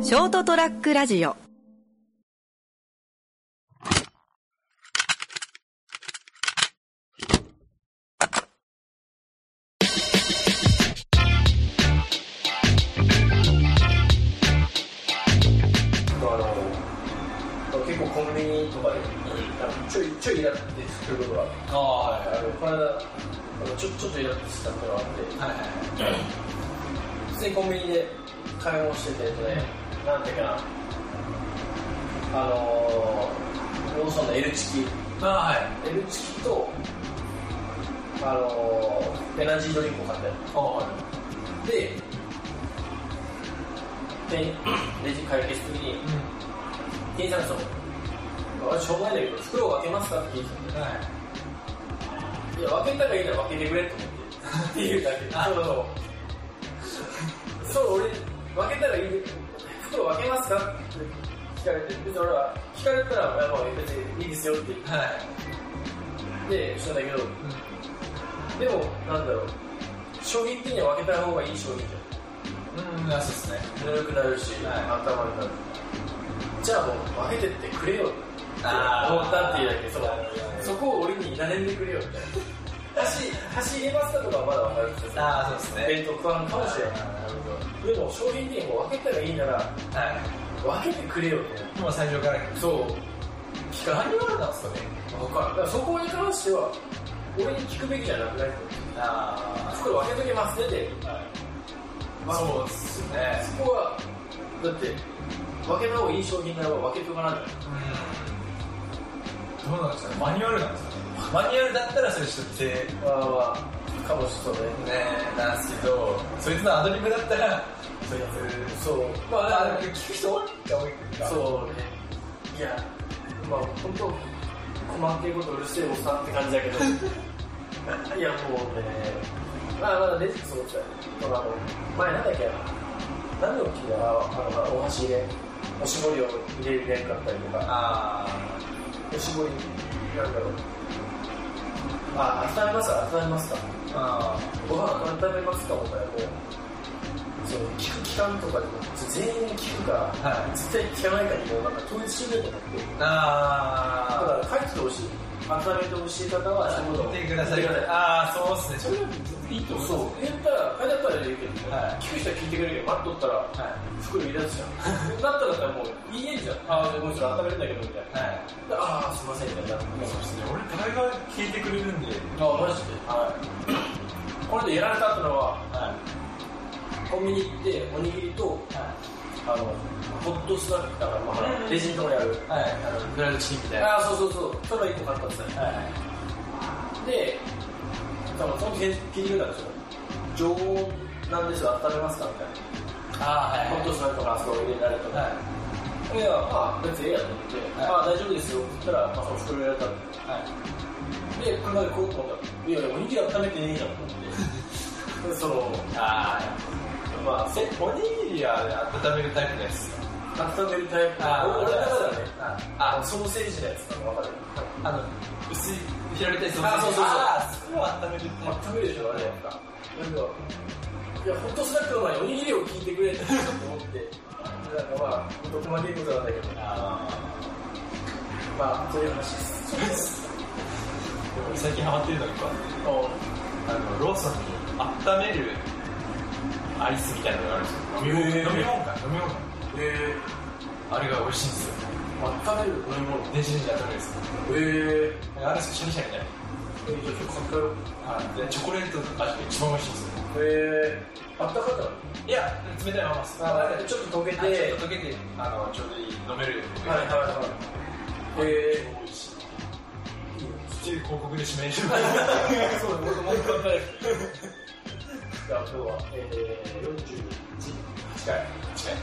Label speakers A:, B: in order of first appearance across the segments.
A: ショートトラックラジオ
B: あの結構コンビニとかでなんかちょいちょいイラってすることがあって
C: ああはい
B: あのこの間あのちょちょっとイラってしたことがあって
C: はい
B: 普通にコンビニで買い物しててねなんていうかなあのーローソンの L チ
C: ああは
B: キ
C: い
B: L チキとあのーエナジードリンクを買って
C: ああはい
B: ででレジ会計する時に店員さんがそう私しょうがないんだけど袋を分けますかって聞いてたんで
C: はい
B: いや、分けたらいいなら分けてくれと思って。っていうだけ。あの、そう、俺、分けたらいい。袋分けますかって聞かれて、別に俺は、聞かれたら、やっぱ別にいいですよって言
C: はい
B: ってしたんだけど、でも、なんだろう、商品的には分けた方がいい商品じ
C: うんうん安いで
B: ゃ
C: すね
B: ん。ぬるくなるし、
C: はい
B: 頭になる。じゃあもう、分けてってくれよって
C: あー
B: 思ったっていうだけ、その
C: なるほどね
B: そこを俺に委ねてくれよみたいな。箸、箸入れますかとかはまだ分かるんですよ。
C: ああそうですね
B: 弁当食わんかもしれな
C: なるほ
B: い。でも商品券を分けたらいいなら、
C: どは
B: 分けてくれよと
C: いもう最初から何
B: 思う。
C: があれなんですかね
B: そう。だからそこに関しては、俺に聞くべきじゃなくないと思
C: あ
B: う。袋分けとけますねで、
C: あそうですね
B: そこは、だって、分けた方がいい商品ならば分けとかなんだよ。
C: どうなんですかねマニュアルなんですかねマニュアルだったらそれしとってね
B: まあまあ、かもしれない。
C: なんですけどそいつのアドリブだったらそいつ
B: そう。ま
C: まあ
B: あ、
C: でも聞く人多いっちゃ多いけど
B: そうね。いや、まあ、本当困っていることうるせえおっさんって感じだけど。いや、もうね、まあ、まだレジクス持ってたよ。ほら、あの、前なんだっけな。何の時だな、あの、お箸入れ、おしぼりを入れるれんかったりとか、
C: あ
B: おしぼり、なんだろう。あ、温めますか、温めますか。
C: ーあ
B: ご飯温めますか、お前も。その、聞く期間とかでも、全員聞くから、
C: ーはい
B: 絶対聞かないから、もうなんか統一しんどいことになって。だ
C: あ
B: から書いてほしい。改めてほしい方は、そういうこ
C: あ
B: とを
C: 見てください
B: 言ってくださ
C: ああそうっすねそれいいと
B: いそう。言ったら、書いてあったら言うけど、
C: はい
B: 聞く人は聞いてくれるけど、待っとったら、
C: はい
B: 袋入れ出すじゃん。だったらさ、もう、いいえじゃん。ああ、じゃあこいつら温めるんだけど、みたいな。
C: はい
B: ああ、すいません、みたいな。
C: そうですね俺大概聞いてくれるんで
B: ああ、マジで。はい。これでやられたってのは、
C: は
B: コンビニ行って、おにぎりと、
C: いは
B: あの、ホットスナックだから、まあ、レジのとこにある。
C: いはいあのフライドチキンみたいな
B: ああ、そうそうそう。それ1個買ったんですよ。
C: はい
B: で、多分その時聞いてくれたんですよ。常温なんですよ、温めますかみたいな。
C: ああ
B: ホットスナックとか、あそこ入れられたら。
C: はい
B: や、まあ、別にええやと思って、
C: はい
B: ああ、大丈夫ですよって言ったら、まあ、その袋入れられたん
C: いはい
B: で、で、車でこうと思ったら、いやいや、おにぎり温めてねえじゃんと思って。でその、
C: あ
B: まあ、
C: あ
B: せ
C: おにぎりは温めるタイプのやつ
B: 温めるタイプ。俺の中ではね、あ
C: あ
B: のソーセージのやつなの分かる。
C: あの薄い平べったいソーセージ
B: あそうそうそう
C: あーそれは温めるタイプ
B: 温めるでしょ、あれやんか。なんか、いや、ホットスナックの前におにぎりを聞いてくれってちょっと思って、なんかまあ、本当細けいことなんだけど、
C: あ
B: まあ、そういう話です。
C: あ最近ハマってるのが一個あってあのローソンに温めるアイスみたいなのがあるんですよ
B: へー
C: 飲み物か飲み物か
B: え
C: あれが美味しいんですよ
B: ー、温める飲み物。
C: 電子レンジで温めるんですよ
B: えー、
C: なんかあれですシャリシャリみたい
B: えー、じゃあ、買ったろ。
C: なでチョコレートの味が一番美味しいんですよ
B: えー、あったかかっ
C: いや冷たいままです
B: たのあ、ちょっと溶けて、
C: あちょっと溶けてあのちょうどいい飲める
B: はいはいはい。え
C: 美味しいっていう広告で指名して
B: ー、そうだ、僕もう一回考える。じゃあ、今日は、えー、48回、
C: 近い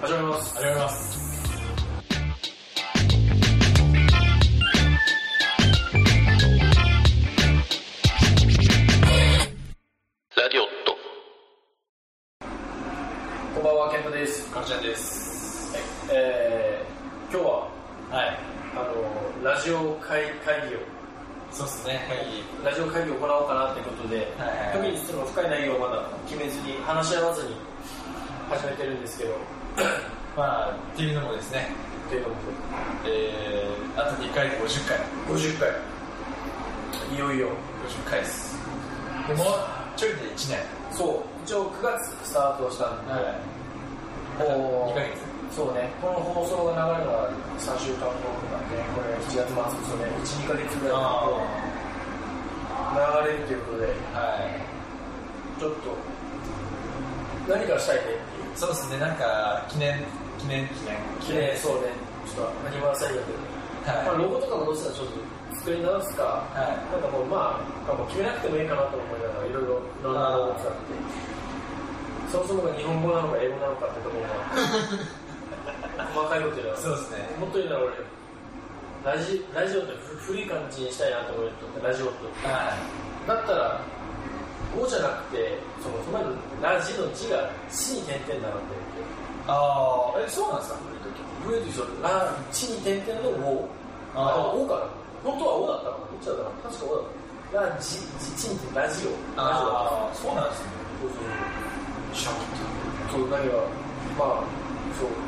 B: 始めます
C: あ。りがとうございます
D: ラディオット。
B: こんばんは、ケントです。
C: かのちゃんです
B: えー、今日は、
C: はい
B: あの、ラジオ会会議を、
C: そうっすね会議
B: ラジオ会議を行おうかなってことで、
C: はい
B: 特にその深い内容をまだ決めずに、話し合わずに始めてるんですけど、
C: まあ、っていうのもですね、
B: っていうのも
C: えー、あと2回で50回。
B: 50回いよいよ
C: 50回です。でもうちょいで1年。
B: そう一応9月スタートしたんで、
C: はい。
B: もう
C: 2ヶ月。
B: そうねこの放送が流れるのは3週間後なんでこれ7月末そうね12ヶ月ぐらいの流れるということで
C: はい。
B: ちょっと何かしたいねっていう
C: そうですね、なんか、記念、記念、記念。
B: 綺麗そうねちょっと何もなさいよけど、まあ、
C: は
B: ロゴとかもどうしたらちょっと作り直すか
C: い。はい。
B: なんかもうまあ、もう決めなくてもいいかなと思いながら、いろいろ、いろんなものを使って、そもそもが日本語なのか英語なのかってところが、細かいことじゃない
C: そうですね。
B: もっと言うなら俺、ラジラジオってふ古い感じにしたいなと思って、ラジオって。
C: は
B: だったら、語じゃなくて、その、その前のラジの字が、地に点々だなって
C: い。ああ、え、そうなんですか、こう
B: ブレ
C: いう時。
B: ーディーさん、ラ、地に点々の王。あ、
C: あ
B: 王かな本当は王だったのかどっちだったの確か王だった。ラジ、地に点、ラジオ。ラジオだった。
C: あー、そうなんですね。
B: そう
C: ショッ
B: そ
C: ク。
B: うそうだけどまあ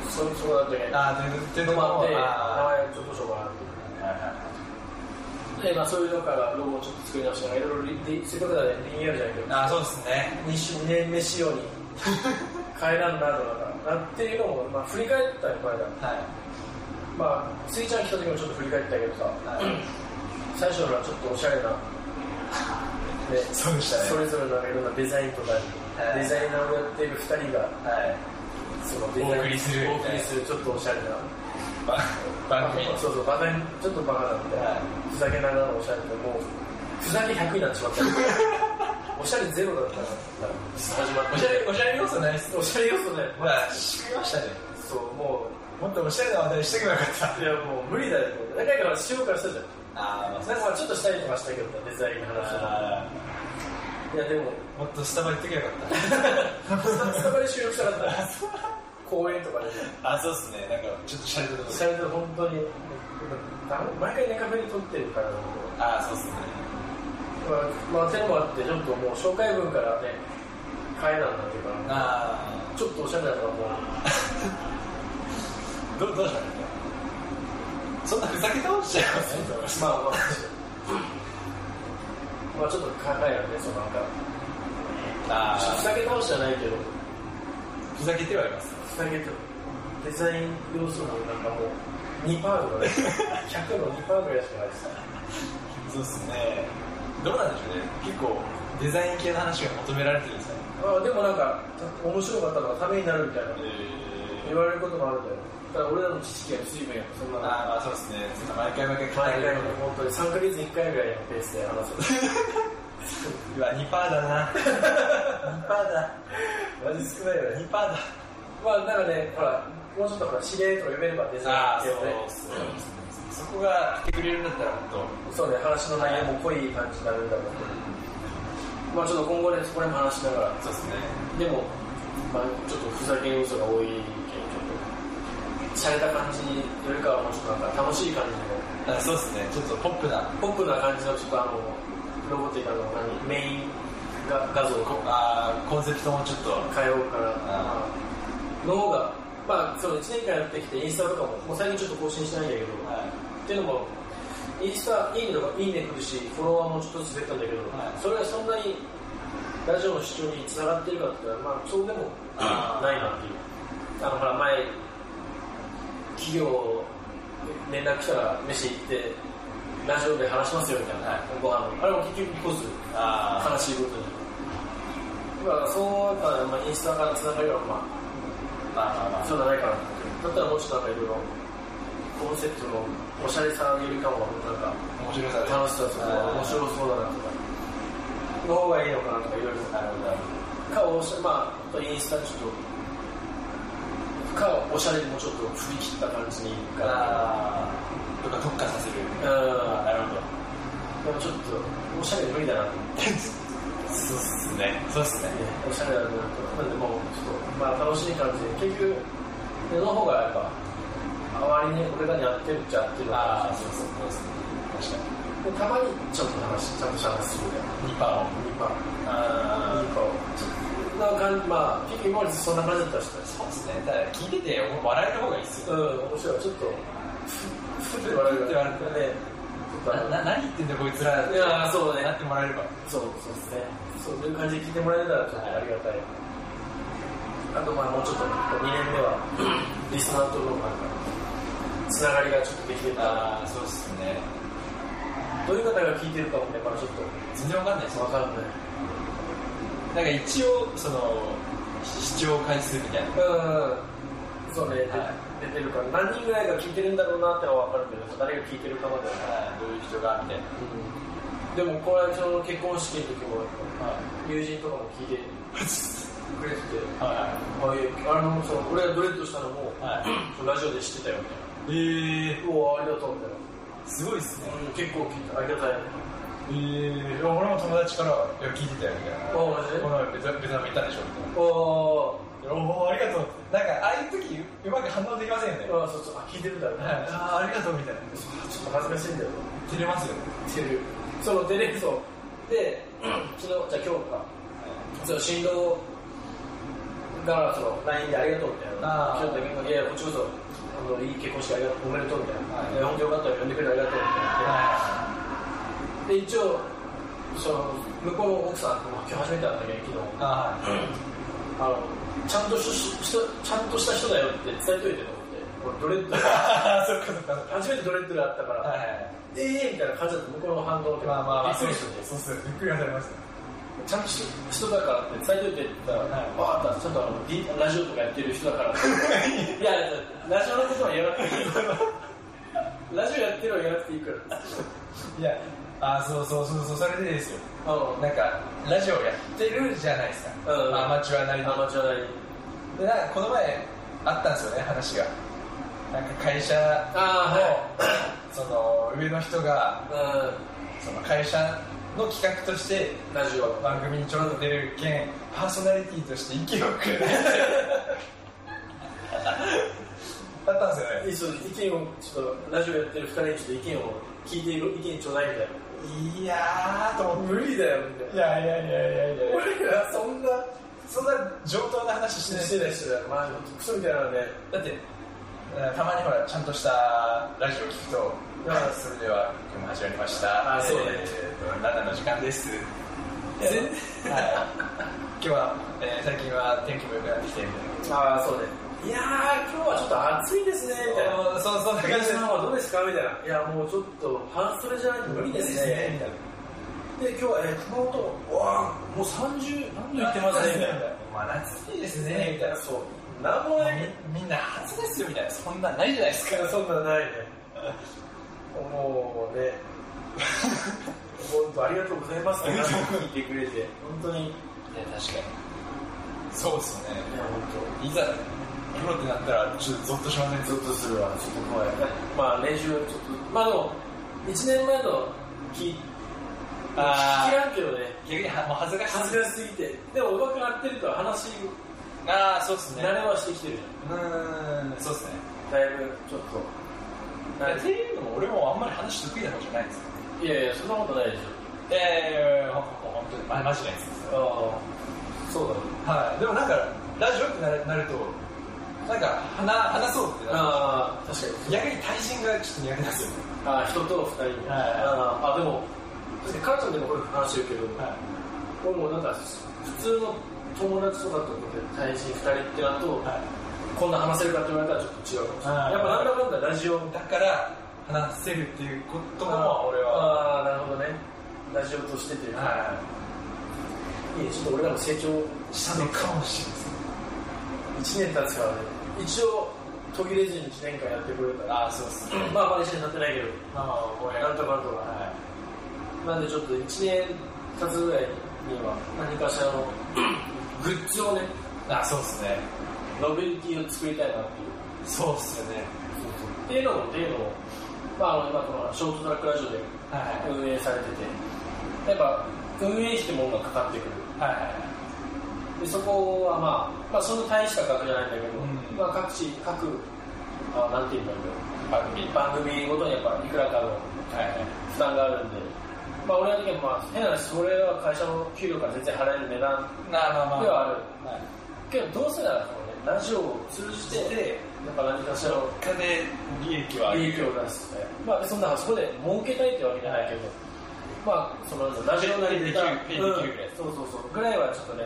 B: そうそうそうだって
C: あー、というと、という
B: 止
C: の
B: ま
C: も
B: って名前
C: あ
B: はちょっとしょうがな
C: ーはいはい
B: くてでまあそういうのからロゴをちょっと作り直したらいろいろリリそういうことでリニューアルじゃないけど
C: あー、そうですね。
B: 2周年目仕様に変えらんなとかなっていうのも、まあ、振り返ったよこれだ
C: はい。
B: まあスイちゃん来た時もちょっと振り返ったけどさ
C: はい
B: 最初のはちょっとおしゃれな、ね、
C: そうでしたね
B: それぞれなんかいろんなデザインとか
C: はい
B: デザイナーをやっている2人が
C: はい。
B: そのデザイン
C: お送りする
B: お送りするちょっとおしゃれな
C: ば番組。
B: そうそうバカにちょっとバカなんで、
C: は
B: ふざけながらのおしゃれでもうふざけ100になってしまったお しゃれゼロだったから始まっ
C: い
B: て
C: おしゃれ、おしゃれ要素ないっす。
B: おしゃれ要素ね
C: ほら、しくりましたね。
B: そうも
C: もっとおしゃれな話題してくればよかっ
B: う
C: た。
B: いやもう無理だよもう仲良くはしようからしたじゃん
C: あー、まあ、そ
B: なんかまあちょっとしたりとかしたけどデザインの話とか
C: あ
B: いやでも
C: ーもっとスタバ行ってくればよかっ
B: スタスタバで収録したかったら公園とかでね
C: た。あー、そうですね。なんか、ちょっとしゃれたとこ
B: おしゃれで本当にあの毎回ネカフェで撮ってるから
C: あー、そうですね。
B: まあ、まあ、てのもあって、ちょっともう紹介文からね、変えなんだっていうか、
C: あ
B: ちょっとおしゃれだからもう、
C: ー、どう、どうしたんですかそんなふざけ倒しちゃいますね。
B: まあまあ、まあちょっと考えるね、そのなんか、
C: あ
B: ふざけ倒しじゃないけど、ふ
C: ー、ふざけてはいます。
B: ざけて、デザイン要素もなんかもう、2パー ぐらい、100の2パーぐらいしかないです。
C: そうですね。どうなんでしょうね。結構、デザイン系の話が求められてるんですかね。
B: あでもなんか、面白かったのがためになるみたいな、言われることもあるんだよ。ただ俺らの知識は水分やん、そん
C: あー、
B: な。
C: まあそうですね。ちょっと毎回毎回
B: 毎
C: 変え
B: 回
C: るの
B: 本当に3ヶ月1回ぐらいのペースで話す。
C: うわ、2%だな。2%だ。
B: マジ少ないよね。
C: 2%だ。
B: まあ、だからね、ほら、もうちょっとほら、知り合いとか呼べればデザ
C: ああ、
B: インっていうね
C: そうそう。そこが来てくれるんだったら、本
B: そうね、話の内容も濃い感じになるんだろうけどまあ、ちょっと今後ね、そこら辺も話しながら、
C: 当。そうですね。
B: でも、まあ、ちょっとふざけ要素が多いけど、ちょっと、洒落た感じによりかは、もうちょっとなんか楽しい感じの、
C: あそうですね。ちょっとポップな。
B: ポップな感じの、ちょっとあの、ロゴっていうか、あの、何メインが画像を
C: こあーコンセプトもちょっと。
B: 変えようかな、
C: あ
B: の方が、まあ、その1年間やってきて、インスタとかも、もう最近ちょっと更新してないんだけど、
C: は
B: っていうのも、インスタ、いいねとか、いいね来るし、フォロワーもちょっとずつ増えたんだけど、
C: はい
B: それがそんなにラジオの視聴につながってるかって言ったら、まあ、そうでも
C: あー
B: ないなっていう。あの、ほら、前、企業連絡したら飯行って、ラジオで話しますよみたいな、
C: はい
B: ご飯の。あれも結局来ず、
C: い。あ
B: 悲しいことに。まあ、そうやったら、まあ、インスタからつながりは、ま
C: ー、まあ
B: あ、
C: まあまあ。
B: そうじゃないかなって。だったらもうちょっとなんかいろいろ、コンセプトのおしゃれさよりかも、なんか、
C: 面白さで
B: 楽しさとか面白そうだなとかの方がいいのかなとかいろいろ
C: なるほ
B: か
C: ど。
B: おしゃまああとインスタちょっとかおしゃれにもちょっと振り切った感じにいくか
C: あーとか特化させる。
B: な
C: あー
B: う
C: なるほど。
B: んでもちょっとおしゃれ無理だなと思って
C: そうっすね。そうっすね。
B: おしゃれだなとなんでもうちょっとまあ楽しい感じで結局その方がやっぱ周りに俺らに合ってるっちゃ合ってるの
C: あ
B: か
C: あ、そうそう、そうですね。
B: なでたまにちょっと話ちゃんと話するみたいな
C: 確かに。2%を。
B: 今なんか、
C: あ
B: な感じまあピピモリスそんな感じだったらしいです
C: そうですねだから聞いてて笑える方がいいっす
B: う
C: よ
B: ん面白いちょっとふふって笑う
C: ふって笑う
B: ねちょっとあ
C: な
B: の
C: な何言ってんだよこいつら
B: いやーそうね
C: なってもらえれば
B: そうそうですねそういう感じで聞いてもらえたらちょっとありがたいあとまあもうちょっと2年目は リスナーとのなんかつながりがちょっとできてたら
C: ああそうっすね
B: どういう方が聞いてるかもねまだちょっと
C: 全然わかんないです
B: 分かんない
C: なんか一応その視聴回数みたいな
B: うんそうね、で
C: は
B: 出てるから何人ぐらいが聞いてるんだろうなってのは分かるけど誰が聞いてるかまでは
C: あーどういう人がみたい
B: で
C: な
B: もこれその結婚式の時も
C: は
B: 友人とかも聞 いてくれてて
C: いは
B: あいやあのその俺がドレッドしたのも
C: いは
B: ラジオで知ってたよみたい
C: いええ
B: なうわありがとうみたいな
C: すごいっすね
B: うん結構聞いたありがたい
C: ええ俺も友達から「いや聞いてたよ」みたいな
B: あマジで
C: この前ベトベトナム行ったでしょ」み
B: あ
C: たいな
B: ー
C: いやおーありがとうなんかああいう時うまく反応できませんよね、
B: あ
C: はい
B: そうそうあ聞いてるんだろうね
C: あーありがとうみたいな
B: ちょっと恥ずかしいんだよ
C: 照れますよ
B: っていうそのテレビそうで昨日じゃあ今日かその振動がその LINE でありがとうみたいな
C: あー
B: 今日だけいやいやこっちこそあのいい結婚式ありがとうおめでとうみたい
C: はい
B: な、いや本当よかったよ呼んでくれてありがとうみたいな
C: は
B: で一応その向こうの奥さんとも今日初めて会ったけど昨
C: い
B: 日
C: はい
B: あのちゃんとししちゃんとした人だよって伝えといてと思って俺ドレッド
C: あーそっかそっかそ
B: 初
C: っ
B: めてドレッドで会ったか、
C: からはいはい
B: ええみたいな感じだった向こうの反応で、
C: まあまあまあ
B: びっくりしてて
C: そうっすねびっくりはされまし
B: ちゃんとし人だからって伝えといてって言ったら、
C: はい
B: わかったちょっとあの D- ラジオとかやってる人だからって いやラジオのことは言わなくていいラジオやってるは言わなくていいから
C: たいやあーそうそうそうそうそれでですよ
B: あの
C: なんかラジオやってるじゃないですか、
B: うん
C: アマチュアなりの
B: アマチュアなりに
C: でなんかこの前あったんですよね話がなんか会社の、
B: あ
C: その上の人がその会社の企画として
B: うんラジオ
C: 番組にちょうど出る兼パーソナリティとして息をくれ だったんですよね
B: いいそう意見をちょっとラジオやってる2人にちょっと意見を聞いている意見ちょうだいみたい
C: いやーと
B: な
C: 思っ
B: 無理だよみたい
C: ていやいやいやいやいやいや
B: 俺らそんな
C: そんな上等な話してない
B: してないしてないまあクソみたいなので
C: だってえーたまにほらちゃんとしたラジオ聞くと「
B: あ
C: それでは今日も始まりました」
B: あそうね
C: えーと7の時間です」
B: 全然
C: はい今日は、えー最近は天気も良くなってきてみたいな
B: ああそうねいやー今日はちょっと暑いですねみたいな
C: そうそうそ
B: お
C: んな感
B: 客
C: じです
B: さんはどうですかみたいな。いや、もうちょっと半袖じゃないと無理ですね。で、今日は、えー、熊本、うわあもう30、何度
C: み
B: 言
C: た
B: って
C: いな
B: ますね、みたいな。
C: 真夏日ですねみたいな
B: そう。なんもない。
C: みんな初ですよみたいなそんなんないじゃないですか
B: そんなのないね。もうね、本当ありがとうございますって聞いてくれて、本当に。いや、
C: いや確かにそうですよね
B: 本
C: いざプロってなったらちょっとゾッとしません
B: 当。ゾッとするわ、ちょっと怖い。まあ、練習ちょっと、まあでも、1年前の聞き、
C: あー
B: 聞きらんけどね。
C: 逆にはもう恥ずかしい
B: 恥ずかしすぎてでも上手くなってるとは話
C: ああそうっすね
B: 慣れはしてきてるじ
C: うーんそうっすね
B: ゃんだいぶちょっ
C: っ
B: と
C: ていうのも俺もあんまり話得意な方じゃないんですよ
B: いやいやそんなことないでし
C: いやいやいやほんほんとにまマジないです
B: ょああそうだね
C: はいでもなんかラジオってなるなるとなんか話話そうってなる
B: ああ確かに
C: 逆に対人がちょっと苦手なんですよ
B: ああ人と二人で、
C: はい
B: あああでも確かに母ちゃんでも俺話してるけど
C: は
B: 俺もなんか普通の友達とかと思って対人二人ってなると、
C: い、は
B: こんな話せるかって言われたらちょっと違うかもしれない、
C: はい
B: やっぱなんだかんだラジオ
C: い、だから話せるっていうことも俺は
B: ああなるほどねラジオとしてというか、
C: はい
B: ね、ちょっと俺らも成長
C: いしたのかもしれ
B: 1年経つからね一応途切れずに1年間やってくれた
C: ない
B: ら
C: ああそうっすね
B: まあまだ1年経ってないけど
C: まあまあこれ
B: なんとかなんとか
C: は
B: なんでちょっと1年経つぐらいには何かしらのグッズをね
C: いあそうっすね
B: ノベルティを作りたいなっていう
C: そうっすよね
B: っていうのもっていうのも、まあ、あの今このショートトラックラジオで
C: はい
B: 運営されててやっぱ運営費ってものがかかってくる
C: はいはい
B: でそこはまあ、まあ、そんな大した額じゃないんだけど、
C: うん
B: まあ各地各あなんて言うんだろう
C: 番組
B: 番組ごとにやっぱいくらかの
C: はいはい
B: 負担があるんで、まあ俺の時はまあ変な話それは会社の給料から全然払える値段
C: まあまあまあ
B: ではある
C: はい
B: けどどうせならこうねラジオを通じて
C: で
B: やっぱ何かしらの
C: 他で利益は
B: 利益を出す、ね、まあそんなそこで儲けたいってわけじゃないけど、まあそのラジオなりで
C: できる
B: うん
C: できるぐらい
B: そうそうそうぐらいはちょっとね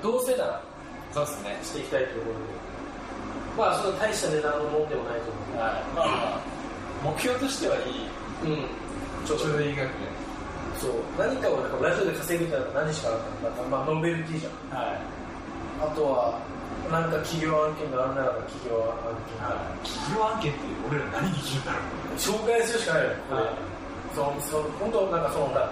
B: どうせなら
C: そうです
B: してい
C: ね
B: きたいということでまあその大した値段のもんでもないと思
C: はいまあまあ目標としてはいいう
B: うん
C: ちょうどいい額で
B: そう何かをなんかラジオで稼ぐってなったら何しかなかったまあノベルティじゃん
C: はい
B: あとはなんか企業案件があるならば企業案件
C: 企業案件って俺ら何できるんだろ
B: 紹介するしかないよ、
C: う、は
B: そのその本当なんかそのほら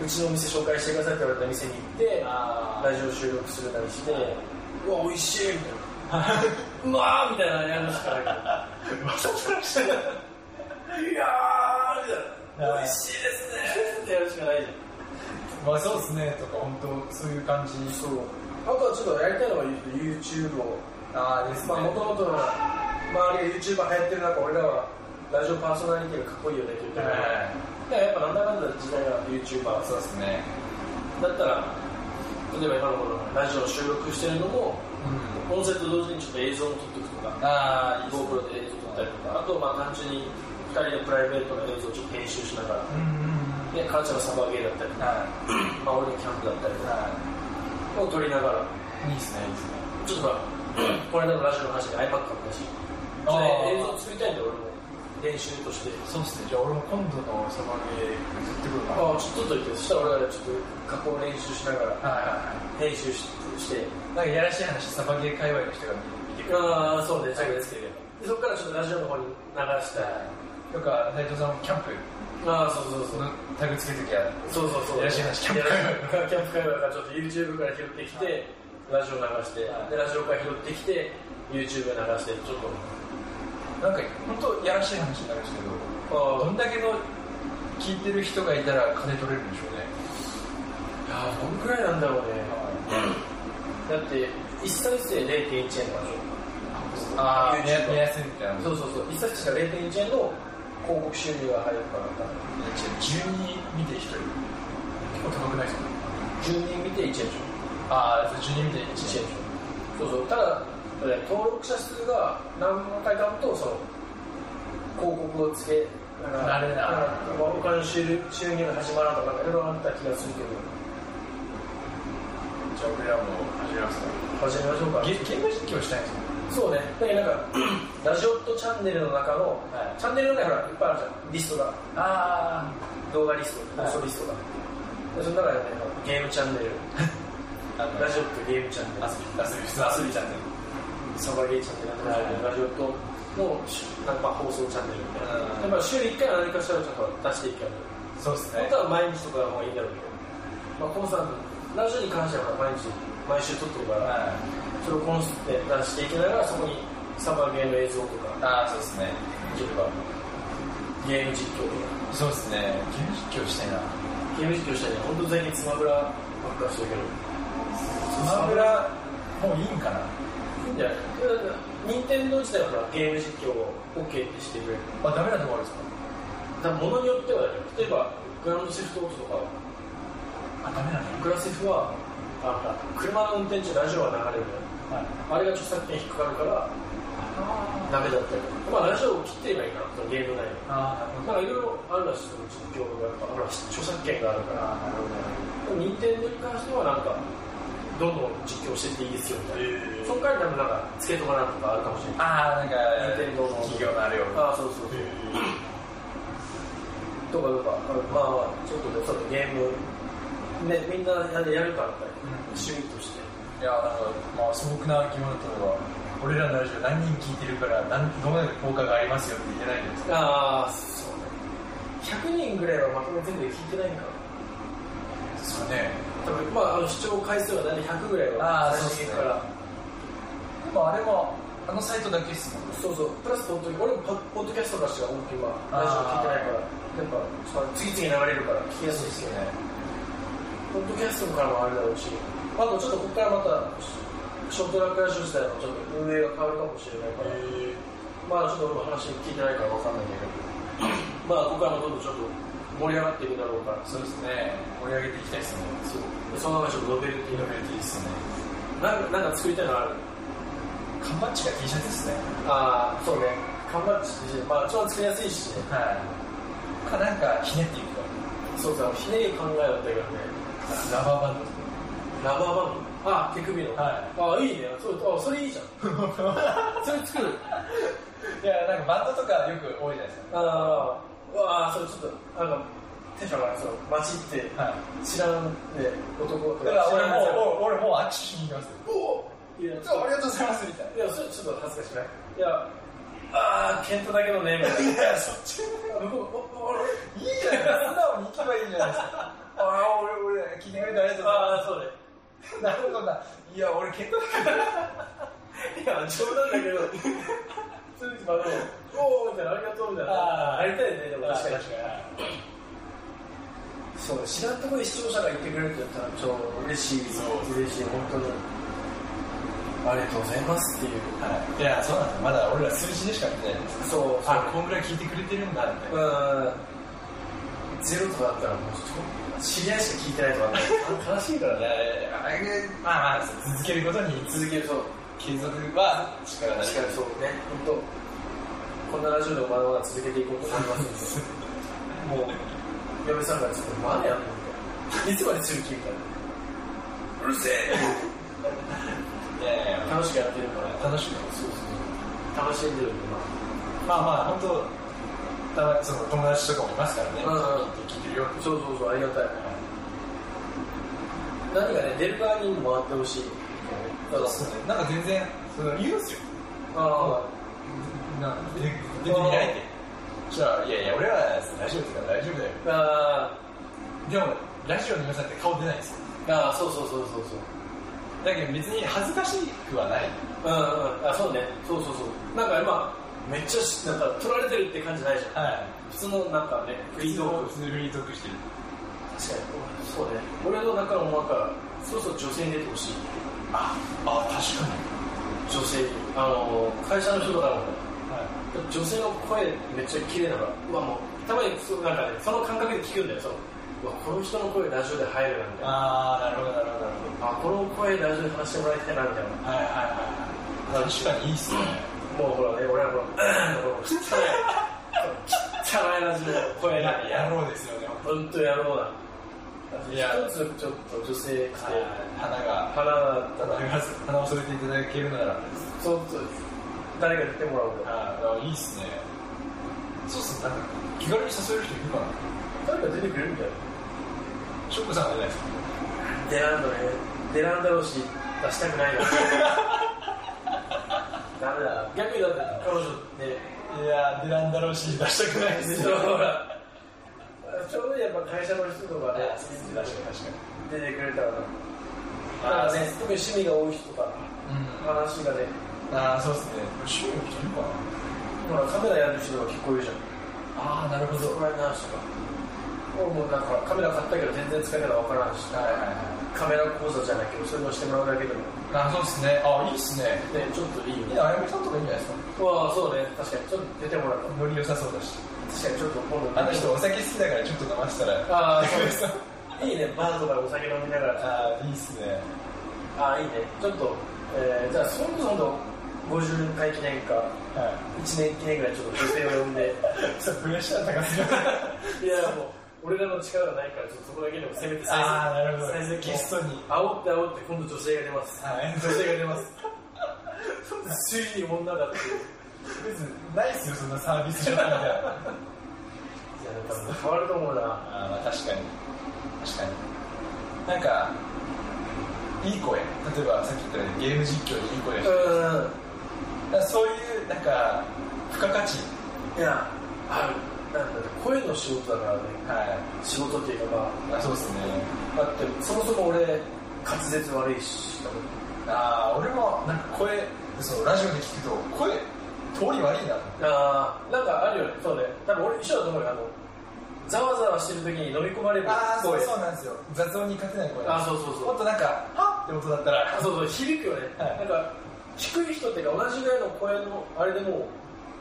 B: うちのお店紹介してくださいって言われた店に行って
C: あー、
B: ラジオ収録するなりして、うわ美味しいみたいない うまーみたいなのやるしかない から
C: まさかしてる
B: いやーみたいな美味しいですねってやるしかないじゃん
C: まあそうですねとか本当そういう感じ
B: そうあとはちょっとやりたいのは YouTube を
C: ああですね
B: まあもともとの周りが YouTuber 流行ってる中俺らはラジオパーソナリティがかっこいいよねって言ってるからだ
C: は
B: からやっぱなんだかんだ時代が YouTuber
C: いそうですね
B: だったら例えば今のこのラジオを収録してるのも
C: うん
B: 音声と同時にちょっと映像を撮っていくとか
C: ああいいっすね
B: GoPro で映像撮ったりとかあとはまあ単純に2人のプライベートの映像をちょっと編集しながら、
C: うんうん
B: ね、母ちゃんのサバゲーだったり
C: うん、は
B: まあ、俺のキャンプだったり
C: い
B: とか
C: は
B: を撮りながら
C: いいいっすねいいっすね
B: ちょっとまあこの間のラジオの話で iPad 買ったし
C: あー
B: それ映像を作りたいんで俺も練習として
C: そうっすねじゃあ俺も今度のサバゲー行ってくるか
B: ああちょっと撮っといてそしたら俺らちょっと加工練習しながら
C: なはいはいは
B: 編
C: い
B: 集しして
C: なんかやらしい話、サバゲー界隈の人が見てくれる。
B: ああそうねチャグですけどでそこからちょっとラジオの方に流した
C: とか、斉藤さんもキャンプ、
B: ああそうそうそ
C: そ
B: う
C: のタグつけるときは、
B: そうそうそう
C: やらしい話キャンプ
B: やらしい話キャンプ会話からちょっと YouTube から拾ってきてラジオ流して
C: はい
B: でラジオから拾ってきて YouTube 流してちょっ
C: なんか本当やらしい話になるんですけ
B: とあ
C: ど、どんだけの聞いてる人がいたら金取れるんでしょうね。
B: あどんくらいなんだろうねだって1再生0.1円とかでしょ
C: ああ、
B: YouTube
C: 見や見やすいみたいな。
B: そうそうそう、一冊しか0.1円の広告収入が入るから、
C: 12見て1人。結構高くないですか
B: 10人見て1円でしょ、
C: ああ、12見て1
B: 1円でしょ。そうそう、ただ、ね登録者数が何回かと、その、広告をつけ、なんか
C: なれない
B: んかまあお金の収入収入が始まらんとか、いろいろあった気がするけど、
C: じゃあ俺らも始めますか。
B: 始めましょうか。
C: ゲゲーム実況したいんですよ。
B: そうね、だけどなんか、 ラジオとチャンネルの中の、
C: はい
B: チャンネルの中にほら、いっぱいあるじゃん、リストが。
C: あ
B: 動画リスト、
C: はい
B: 放送リストが。でその中でね、ゲームチャン ネル、
C: あ、あの、
B: ラジオとゲームチャンネル。
C: 遊び、遊び、普通遊びちゃんね。
B: サバゲーチャンネルやってますけどラジオとのなんか放送チャンネルみたいな、でまあ、
C: うん
B: 週1回は何かしらちょっと出していきたい
C: そうですね
B: 本。当は毎日とかの方がいいんだろうけど、まあ、コンサートラジオに関しては毎日毎週撮ってるから、
C: はい
B: それをコンスで出していきながらそこにサバゲーの映像とか
C: ああ、そうですね。
B: ちょっとゲーム実況とか
C: そうですね。ゲーム実況したいな。
B: ゲーム実況したりね本当最近スマブラばっかしてるけど
C: ス
B: マブ
C: マブ
B: ラ
C: ラ、もういいんかな。
B: いいんじゃない任天堂自体はほらゲーム実況を OK ってしてくれる
C: あ、ダメなとこあるんです
B: だか
C: か
B: ら物によってはだよ例えばグランドシフトオートとか
C: あ、ダメなの
B: グラセフはあの車の運転中ラジオが流れるのよあ
C: はい。
B: れが著作権引っかかるから
C: あ
B: ダメだったりとかまあラジオを切ってればいいかなそのゲーム内
C: ーあー、
B: のなんかいろいろあるらしいその実況がやっぱほら著作権があるから
C: なるほど。
B: でも任天堂に関してはなんかどんどん実況してっていいですよみたいな、その代わり多分なんかつけとかなんとかあるかもしれない
C: あー、なんか、
B: 任天堂の
C: 企業のあれを。
B: ああそうそうそうとかとかあのまあまあちょっとねそのゲームねみんなやるからみたいな趣味として
C: いや、なんか、まあ、素朴な疑問だったのは、俺らのラジオ何人聞いてるから、なんどのような効果がありますよって言えないじゃないですか。
B: ああそうね100人ぐらいはまとめ全部聞いてないんかな
C: そうね。
B: 多分まああの視聴回数が大体100ぐらいは最
C: あーそうっす
B: 終的
C: ね
B: から
C: でもあれは、あのサイトだけっすもんね。
B: そうそうプラス本当に俺もポッポッドキャストとかしか本当に今ラジオ聞いてないからやっぱその次々流れるから聞きやすいですよね
C: ね。
B: ポッドキャストからもあれだろうしあとちょっとここからまたショートラックラジオ自体のちょっと運営が変わるかもしれないから まあちょっと俺も話聞いてないから分かんないんだけどまあここからもどんどんちょっと盛り上がっていくだろうから
C: そうですね盛り上げていきたいですね
B: そうその中でちょっとノベルティ
C: イノ
B: の
C: ベルティですね
B: なんかなんか作りたいのある
C: 缶バッジか T シャツですね
B: ああそうね缶バッジまあ一番作りやすいしね
C: はいかなんかひねっていく
B: そ
C: と
B: うさひねり考えだったけどね
C: ラバーバンド
B: ラバーバンドああ手首の、
C: は
B: ああいいねそうあそれいいじゃん それ作る
C: いやなんかバンドとかよく多いじゃないです
B: ああうわあそれちょっとなんかテンション上がりそう街って
C: かはい
B: 知らんね男と
C: だから俺も
B: う
C: う俺もう握手しに行きます
B: おおいやちょっ
C: ありがとうございますみたい
B: といやそれちょっと恥ずかしくないいやああケントだけどねみたい
C: いやそっち
B: な向こうおおお
C: いいじゃないですか素直に行けばいいじゃないですかああ俺俺聞いてくれてありがとうござい
B: ああそうね
C: ますなるほどないや俺結構
B: いや冗談だけどそれまあでもおおみたいなありがとうみたいな
C: あー
B: なりたいねでも確かに
C: に
B: そう知らんところに視聴者が言ってくれるって言ったら超嬉しい
C: そう
B: 嬉しい本当にありがとうございますっていう
C: はいいやそうなんですよまだ俺ら数字でしか見てないです
B: そうそう
C: あこんぐらい聞いてくれてるんだみたいな
B: うんゼロとかだったらもうちょっと知り合いしか聞いてないとかね悲しいから
C: い
B: ね
C: やいやいやあれまあまあ続けることに
B: 続けるそう
C: 継続は力なり
B: 確かにそうね本当こんなラジオでもまだまだ続けていこうと思います んでもう嫁さんがちょっとまだやんのみたいないつまで続きみたいなうるせ
C: いやいや
B: え
C: いや
B: 楽しくやってるから
C: 楽しく
B: そうそう楽しんでるんでま
C: まあまあ本当たまその友達とかもいますからね、
B: うんうん
C: 聞いてるよ
B: あそうそうそうありがたい何かね出る側にも回ってほしいただ
C: そうねなんか全然その言うんすよ
B: ああ
C: なんか出て出てみないってじゃあいやいや俺らラジオですから大丈夫だよ
B: あ
C: でもラジオの皆さんって顔出ないんですよ
B: ーあーそうそうそうそうそう
C: だけど別に恥ずかしくはない
B: うんうんあそうねそうそうそうなんか今めっちゃしなんか撮られてるって感じないじゃん
C: はい
B: 普通のなんかねフリートーク
C: 普通にフリートークしてる
B: 確かにそうね俺の中の思うからそろそろ女性に出てほしい
C: ああ確か
B: 女性にあの会社の人とかも
C: にはい
B: 女性の声めっちゃ綺麗だからうわもうたまにそうなんかねその感覚で聞くんだよそのうわこの人の声ラジオで入るなみたいな
C: ああなるほど
B: あこの
C: なるほどなるほ
B: 声ラジオで話してもらいたいなみたいな
C: どはいはいはいはい確かにいいっすね
B: もうほらね俺はほらうんほら汚い汚いラジオの声だ
C: やろうですよね
B: 本当やろうな。
C: いや
B: 一つちょっと女性来て、
C: 花が
B: 花が、
C: 花が花を添えていただけるなら
B: ちょっと誰か来てもらおうか。
C: ああいいっすねそうっすねなんか気軽に誘える人いるかな
B: 誰か出てくれるみたいな。
C: ショックさんはじゃないですか
B: 出らんだね。出らんだろうし、出したくない な。ダメだ。逆にだって彼女ね、
C: いやー出らんだろうし出したくないですよ
B: ほら、ちょうどやっぱ会社の人とかね、
C: 確かに確か
B: 出
C: に
B: てくれたらな。
C: あ
B: なんか
C: ー
B: ね、特に趣味が多い人とか、
C: うん
B: 話がね、
C: ああそうっすね趣味の人いるかな
B: ほらカメラやる人が結構いるじゃん。
C: ああなるほ
B: そこら辺の話とか。もうなんかカメラ買ったけど全然使い方わからんし、
C: はいはいはい
B: カメラ講座じゃなきゃそれもしてもらうだけでも、ね、
C: あーそうっすねああいいっすね
B: ちょっといいよ
C: い。やあやめさんとかいいんじゃないですか
B: わあ、そうね、確かにちょっと出てもらうと。
C: ノリ良さそうだし
B: 確かにちょっと今度
C: あの人お酒好きだからちょっと飲ませたら
B: ああ、そうです。いいね、バーとかお酒飲みながら。
C: ああいいっすね
B: ああ、いいね。ちょっと、えー、じゃあ、それこそ今度、50回記念か、
C: は
B: 1年記念ぐらいちょっと女性を呼んで、
C: いちょっとプレッシャー高すぎます
B: いや、もう、俺らの力がないから、ちょっとそこだけでもせめて最
C: ああなるほど
B: 最先
C: ゲストに
B: 煽って煽って今度女性が出 ます。
C: はい
B: 女性が出ます。ついに女だっていう。
C: 別にないっすよそんなサービスじゃないみたいない
B: や、多分変わると思うな。
C: あーまあ確かに確かになんかいい声例えばさっき言ったようにゲーム実況でいい声だし
B: う
C: だからそういうなんか付加価値
B: ん。いや、ある。なんだね、声の仕事だからね。
C: は
B: 仕事っていうかま
C: いあそうっすね
B: あ、だって、そもそも俺、滑舌悪いし、多分。
C: ああ俺もなんか声そうラジオで聞くと声通り悪いなと思って
B: ああ、なんかあるよね。そうね。多分俺一緒だと思うよ。あの、ざわざわしてる時に飲み込まれる声。
C: ああそうそうなんですよ雑音に勝てない声
B: あーそうそうそう
C: もっとなんかはって音だったら
B: あそうそう、響くよね。
C: はい
B: なんか、低い人っていうか同じぐらいの声の、あれでも、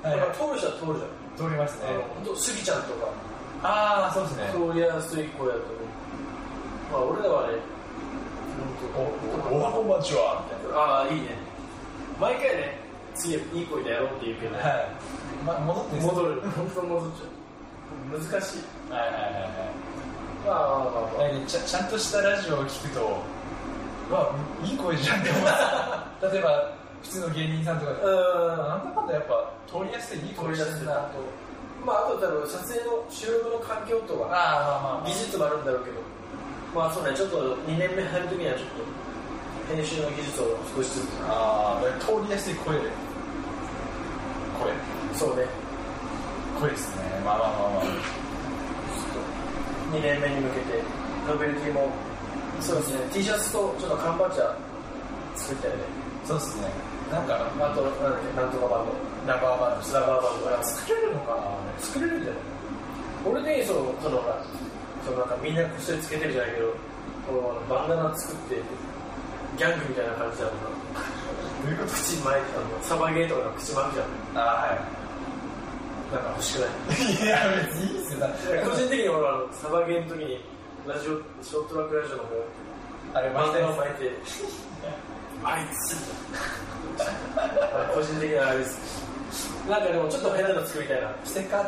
C: はい
B: なんか通る人は通るじゃん。
C: 通ります
B: あ
C: ね
B: の本当スギちゃんとか、
C: ああそうですね
B: そりゃ安い子やと思うまあ俺らはね
C: おおおはこんばんちはみたい
B: ああいいね毎回ね次いい声でやろうって言うけど、
C: なはい、ま、戻っていいですか
B: 戻る本当に戻っちゃう難しい
C: はいはいはいはい
B: まあまあまあ、まあ、
C: なんかちゃちゃんとしたラジオを聞くとうわいい声じゃんって思い ます例えば普通の芸人さんとかで
B: う
C: なんんだかんだやっぱ通りやすいいい
B: 取
C: 声
B: り
C: し
B: 出
C: て
B: す
C: る
B: な
C: な
B: とまああと多分撮影の収録の環境と
C: ああ
B: か
C: まあまあ
B: 技術もあるんだろうけどまあそうねちょっと2年目入る時にはちょっと編集の技術を少しずつ
C: ああ通りやすい声で声
B: そうね
C: 声ですねまあまあまあまあ
B: 2年目に向けてノベルティもそうですね T シャツとちょっと缶バッジャー作ったよね
C: そうですねなんか
B: あとなんだっけなんとかバンド
C: ラバーバンド
B: スラバーバンドが
C: 作れるのかな俺
B: 作れるんじゃない俺ねそのそのほらそのなんかみんなこっそりつけてるじゃないけどこのバンダナ作ってギャングみたいな感じだもんな
C: どういうこ
B: 口巻いてたのサバゲーとか口巻くじゃん
C: とあ
B: なんか欲しくない
C: あはいいや別にいいっすよだ って
B: 個人的に俺はあのサバゲーの時にラジオショートラックラジオの方
C: あれ
B: バンダ
C: 毎回
B: ナを巻いてあいつ個人的なあれですなんかでもちょっと変なの作りたいな
C: ステッカー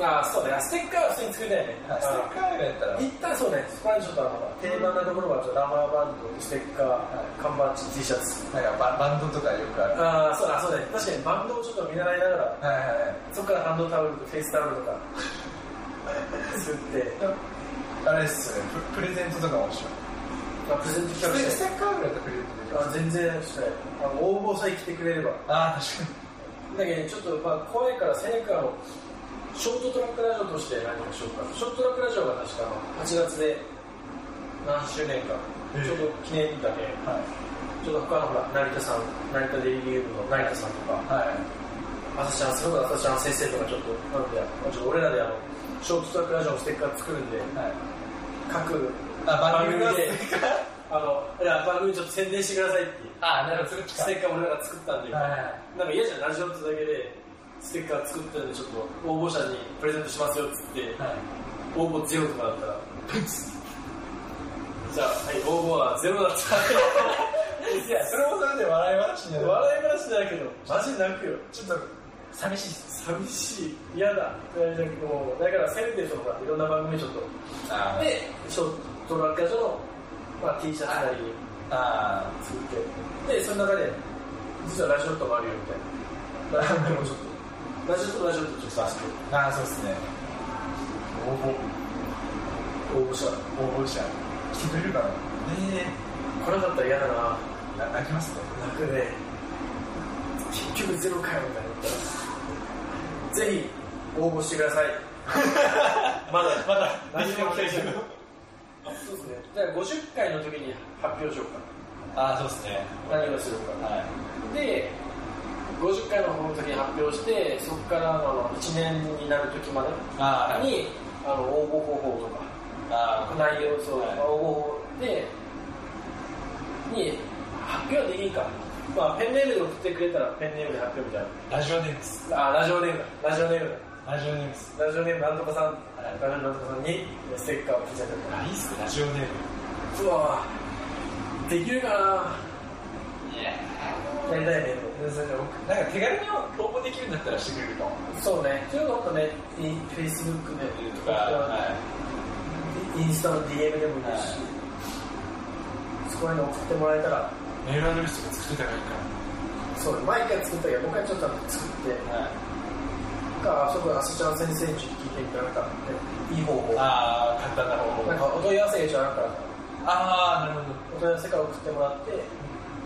B: ああそうだねステッカーは普通に作りたいね
C: あステッカーがやったら
B: 一旦そうね、そこら辺ちょっとあの定番なところはちょっとラバーバンド、ステッカー、缶バッジ、T シャツ。
C: なんかババンドとかよくある
B: ああ、そうだ、そうね。確かにバンドをちょっと見習いながら、
C: はいはいはい
B: そこからハンドタオルとフェイスタオルとか作って、
C: あれっすよねププレゼントとかもしよ
B: まあ、プレゼント
C: う
B: 企画
C: ス
B: して
C: テ、ッカーぐらいだったらプレゼ
B: あ全
C: ントできま
B: 然したい。あの応募さえ来てくれれば。
C: すああ
B: だ
C: 確か
B: けど、ちょっとまあ怖いから、セネカをショートトラックラジオとして何かしようか。ショートトラックラジオが確かあの8月で何周年か、
C: ええ
B: ちょっと記念日だけ。
C: にはい
B: ちょっと他のほら、成田さん、成田デイリーゲームの成田さんとか、
C: はい
B: 朝ちゃん、それこそ朝ちゃん先生とかちょっと、なので、ちょっと俺らであの、ショートストラックラジオのステッカー作るんで、
C: はい
B: 各
C: あ番組の
B: で
C: ステッカー、
B: あの、いや番組ちょっと宣伝してくださいっていう、
C: ああなるほど
B: ステッカー俺らが作ったんで、
C: はい
B: な
C: は
B: んか
C: い
B: 嫌じゃん、ラジオってだけで、ステッカー作ったんで、ちょっと応募者にプレゼントしますよっつって、
C: はい
B: 応募ゼロとかだったら、じゃあ、はい、応募はゼロだったら、 いや、
C: それもそれで笑い話になる
B: 笑い話だけど、マジ泣くよ。
C: ちょっと寂しいっす
B: 寂しい嫌だもうだからせめてそのいろんな番組ちょっと
C: あー
B: でショートラックラジオの、まあ、T シャツなり
C: あ
B: 作ってでその中で実はラジオットもあるよみたいなラジオットもちょっとラジオットラジオットちょっと出して
C: ーあーそうですね応募
B: 応募した
C: 応募者来てくれるかなえ
B: 来なかったら嫌だな
C: えな泣きますね
B: 楽で結局ゼロかよみたいなぜひ応募してください まだ
C: まだ
B: 何も来ないけど
C: ど
B: そうですねじゃあ50回の時に発表しようか
C: ああそうですね
B: 何をするか
C: はい
B: で50回の本の時に発表してそこからあの1年になる時まで
C: あーはい
B: にあの応募方法とか
C: あ
B: 内容そう、
C: はい
B: 応募方法でに発表でいいか、まあ、ペンネームで送ってくれたらペンネームで発表みたい
C: ーラジオネームです
B: なあラジオネームだラジオネーム
C: ラジオネームです
B: だラジオネームなんとかさん、
C: い
B: ラジオネームなんとかさんにステッカーをプレゼント
C: あいいっすねラジオネーム
B: うわぁできるか
C: いや
B: なやりたいね
C: なんか手軽に応募できるんだったらしてくれるかも
B: そうねそういうのもっとねフェイスブックで
C: とか、はい
B: インスタの DM でもいいですし、そこら辺に送ってもらえたら、
C: メールアドレスとか作ってた方がいい
B: そう、毎回作ったけど、僕はちょっと作って、
C: かな、
B: か、そこでアスちゃん先生に聞いてみたら、なんか、いい方法、な
C: ああ簡単な方法
B: んかお問い合わせが一応あるから、
C: ああなるほ
B: お
C: ど
B: 問い合わせから送ってもらって、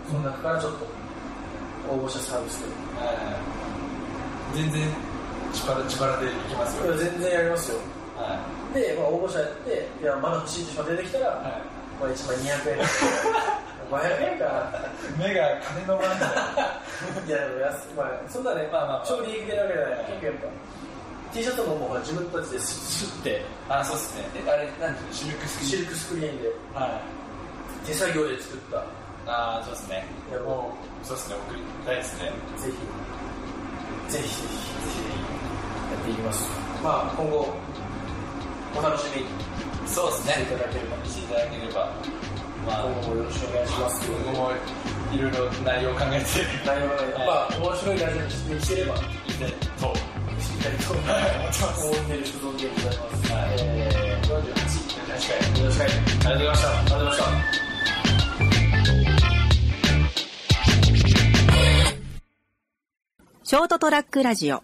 B: その中からちょっと応募者サービスで。
C: はい全然自腹自腹でいきます
B: い
C: よ
B: や全然やりますよ。
C: は
B: で、まあ、応募者やって、いや、まだ欲しい人が出てきたら、
C: い、は
B: まあ、1万200円。500円かな。
C: い、目が金の番だ
B: いやでも安い、まあ、そんなね、
C: まあまあまあ
B: 超利益出るわけじゃない、結構やっぱ、T シャツももう自分たちで吸って、
C: あそうっすねえあれなんていうのシルクス
B: シ
C: クリー
B: ルクスクリーンで、
C: ンはい
B: 手作業で作った、
C: ああそうっすね
B: いやも
C: そうっすね送りたいですね
B: う、ぜひ、ぜひ、ぜひ、やっていきます。まあ、今後、お楽しみに
C: そうです
B: してい
C: ね
B: ただければ、
C: していただければまあ
B: 今後もよろしくお願いします。
C: 僕もいろいろ内容を考えて
B: 内容がね、まあ、面白いラジオにしてれば、し
C: いきたいと思
B: っかりと
C: ってます
B: 思っている所存でございます。
C: はい
B: えー、48、
C: 確
B: よ
C: か
B: ろしくお願いします。
C: にありがとうございました
B: ありがとうございました。
A: ショートトラックラジオ